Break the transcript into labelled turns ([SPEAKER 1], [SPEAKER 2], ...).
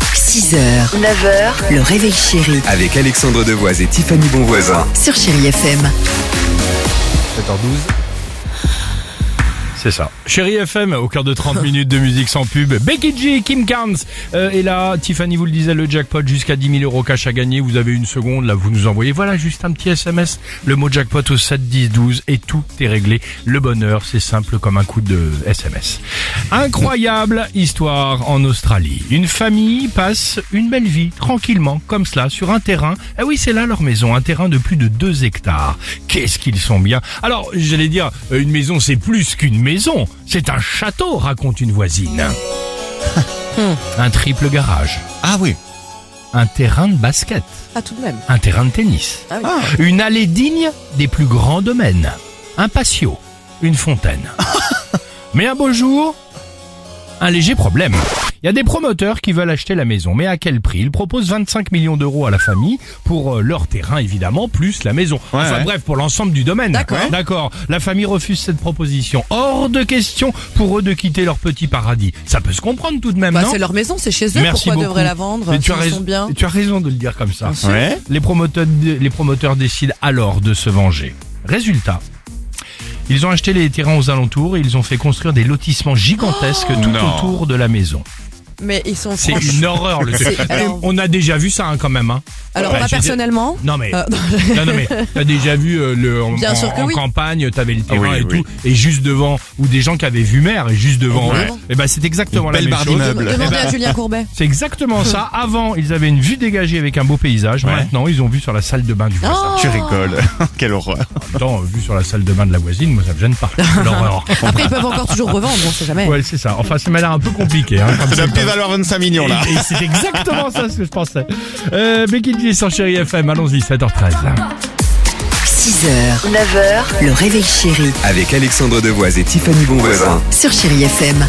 [SPEAKER 1] 6h, 9h, le réveil chéri
[SPEAKER 2] Avec Alexandre Devoise et Tiffany Bonvoisin.
[SPEAKER 1] sur Chéri FM.
[SPEAKER 3] 7h12.
[SPEAKER 4] C'est ça. Chérie FM, au cœur de 30 minutes de musique sans pub, Becky G, Kim Carnes euh, et là, Tiffany vous le disait, le jackpot jusqu'à 10 000 euros cash à gagner. Vous avez une seconde, là vous nous envoyez, voilà, juste un petit SMS, le mot jackpot au 7 10 12 et tout est réglé. Le bonheur, c'est simple comme un coup de SMS. Incroyable histoire en Australie. Une famille passe une belle vie, tranquillement, comme cela, sur un terrain. Ah oui, c'est là leur maison, un terrain de plus de 2 hectares. Qu'est-ce qu'ils sont bien. Alors, j'allais dire, euh, une maison, c'est plus qu'une maison. C'est un château, raconte une voisine. un triple garage.
[SPEAKER 3] Ah oui.
[SPEAKER 4] Un terrain de basket.
[SPEAKER 5] Ah, tout de même.
[SPEAKER 4] Un terrain de tennis.
[SPEAKER 5] Ah oui.
[SPEAKER 4] Une allée digne des plus grands domaines. Un patio. Une fontaine. mais un beau jour, un léger problème. Il y a des promoteurs qui veulent acheter la maison, mais à quel prix Ils proposent 25 millions d'euros à la famille pour euh, leur terrain évidemment, plus la maison. enfin
[SPEAKER 3] ouais.
[SPEAKER 4] bref, pour l'ensemble du domaine.
[SPEAKER 5] D'accord.
[SPEAKER 4] D'accord. La famille refuse cette proposition. Hors de question pour eux de quitter leur petit paradis. Ça peut se comprendre tout de même,
[SPEAKER 5] Bah,
[SPEAKER 4] non
[SPEAKER 5] c'est leur maison, c'est chez eux.
[SPEAKER 4] Hein Merci
[SPEAKER 5] Pourquoi
[SPEAKER 4] beaucoup.
[SPEAKER 5] devraient la vendre
[SPEAKER 4] Mais tu, as
[SPEAKER 5] Ils
[SPEAKER 4] raison,
[SPEAKER 5] sont bien.
[SPEAKER 4] et tu as raison de le dire comme ça.
[SPEAKER 3] Ouais.
[SPEAKER 4] Les promoteurs, les promoteurs décident alors de se venger. Résultat. Ils ont acheté les terrains aux alentours et ils ont fait construire des lotissements gigantesques tout
[SPEAKER 3] Non. Oh.
[SPEAKER 4] autour de la maison.
[SPEAKER 5] Mais ils sont
[SPEAKER 4] C'est
[SPEAKER 5] franchement-
[SPEAKER 4] une horreur le truc.
[SPEAKER 5] C'est- alors-
[SPEAKER 4] On a déjà vu ça hein, quand même. Hein.
[SPEAKER 5] Alors,
[SPEAKER 4] Ouais,
[SPEAKER 5] moi,
[SPEAKER 4] je veux dire-
[SPEAKER 5] personnellement.
[SPEAKER 4] Non mais,
[SPEAKER 5] euh,
[SPEAKER 4] non, non, mais t'as déjà vu euh, le, en,
[SPEAKER 5] Bien
[SPEAKER 4] en-
[SPEAKER 5] sûr que
[SPEAKER 4] en
[SPEAKER 5] oui.
[SPEAKER 4] campagne, t'avais le terrain
[SPEAKER 3] Ah oui,
[SPEAKER 4] et
[SPEAKER 3] oui.
[SPEAKER 4] tout, et juste devant, ou des gens qui avaient vu mer, et juste devant,
[SPEAKER 5] Ouais.
[SPEAKER 4] et ben c'est exactement
[SPEAKER 3] Une
[SPEAKER 4] la
[SPEAKER 3] belle
[SPEAKER 4] même
[SPEAKER 3] barre
[SPEAKER 4] chose.
[SPEAKER 3] d'immeuble.
[SPEAKER 4] Eh ben,
[SPEAKER 5] Demandez à Julien Courbet.
[SPEAKER 4] C'est exactement ça. Avant, ils avaient une vue dégagée avec un beau paysage.
[SPEAKER 3] Ouais.
[SPEAKER 4] Maintenant, ils ont vu sur la salle de bain du voisin.
[SPEAKER 5] Oh.
[SPEAKER 3] Tu rigoles. Quelle horreur.
[SPEAKER 4] En même temps, euh, vu sur la salle de bain de la voisine, moi, ça me gêne pas. L'horreur.
[SPEAKER 5] Après, ils peuvent encore toujours revendre, on sait jamais.
[SPEAKER 4] Ouais, c'est ça. Enfin, ça m'a l'air un peu compliqué. Hein, comme
[SPEAKER 3] Ça
[SPEAKER 4] c'est-
[SPEAKER 3] doit plus valoir 25 millions là.
[SPEAKER 4] Et, et c'est exactement ça ce que je pensais. Euh, Becky G sans chéri FM, allons-y, 7h13.
[SPEAKER 1] 6h, 9h, le réveil chéri
[SPEAKER 2] Avec Alexandre Devoise et Tiffany Bonvoisin.
[SPEAKER 1] sur Chéri FM.